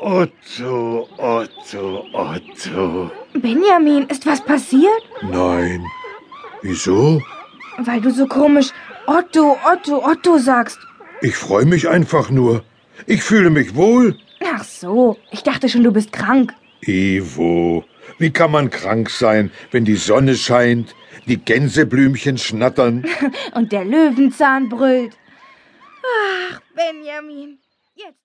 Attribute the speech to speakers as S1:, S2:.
S1: Otto, Otto, Otto.
S2: Benjamin, ist was passiert?
S1: Nein. Wieso?
S2: Weil du so komisch Otto, Otto, Otto sagst.
S1: Ich freue mich einfach nur. Ich fühle mich wohl.
S2: Ach so, ich dachte schon, du bist krank.
S1: Ivo, wie kann man krank sein, wenn die Sonne scheint, die Gänseblümchen schnattern?
S2: Und der Löwenzahn brüllt. Ach, Benjamin, jetzt.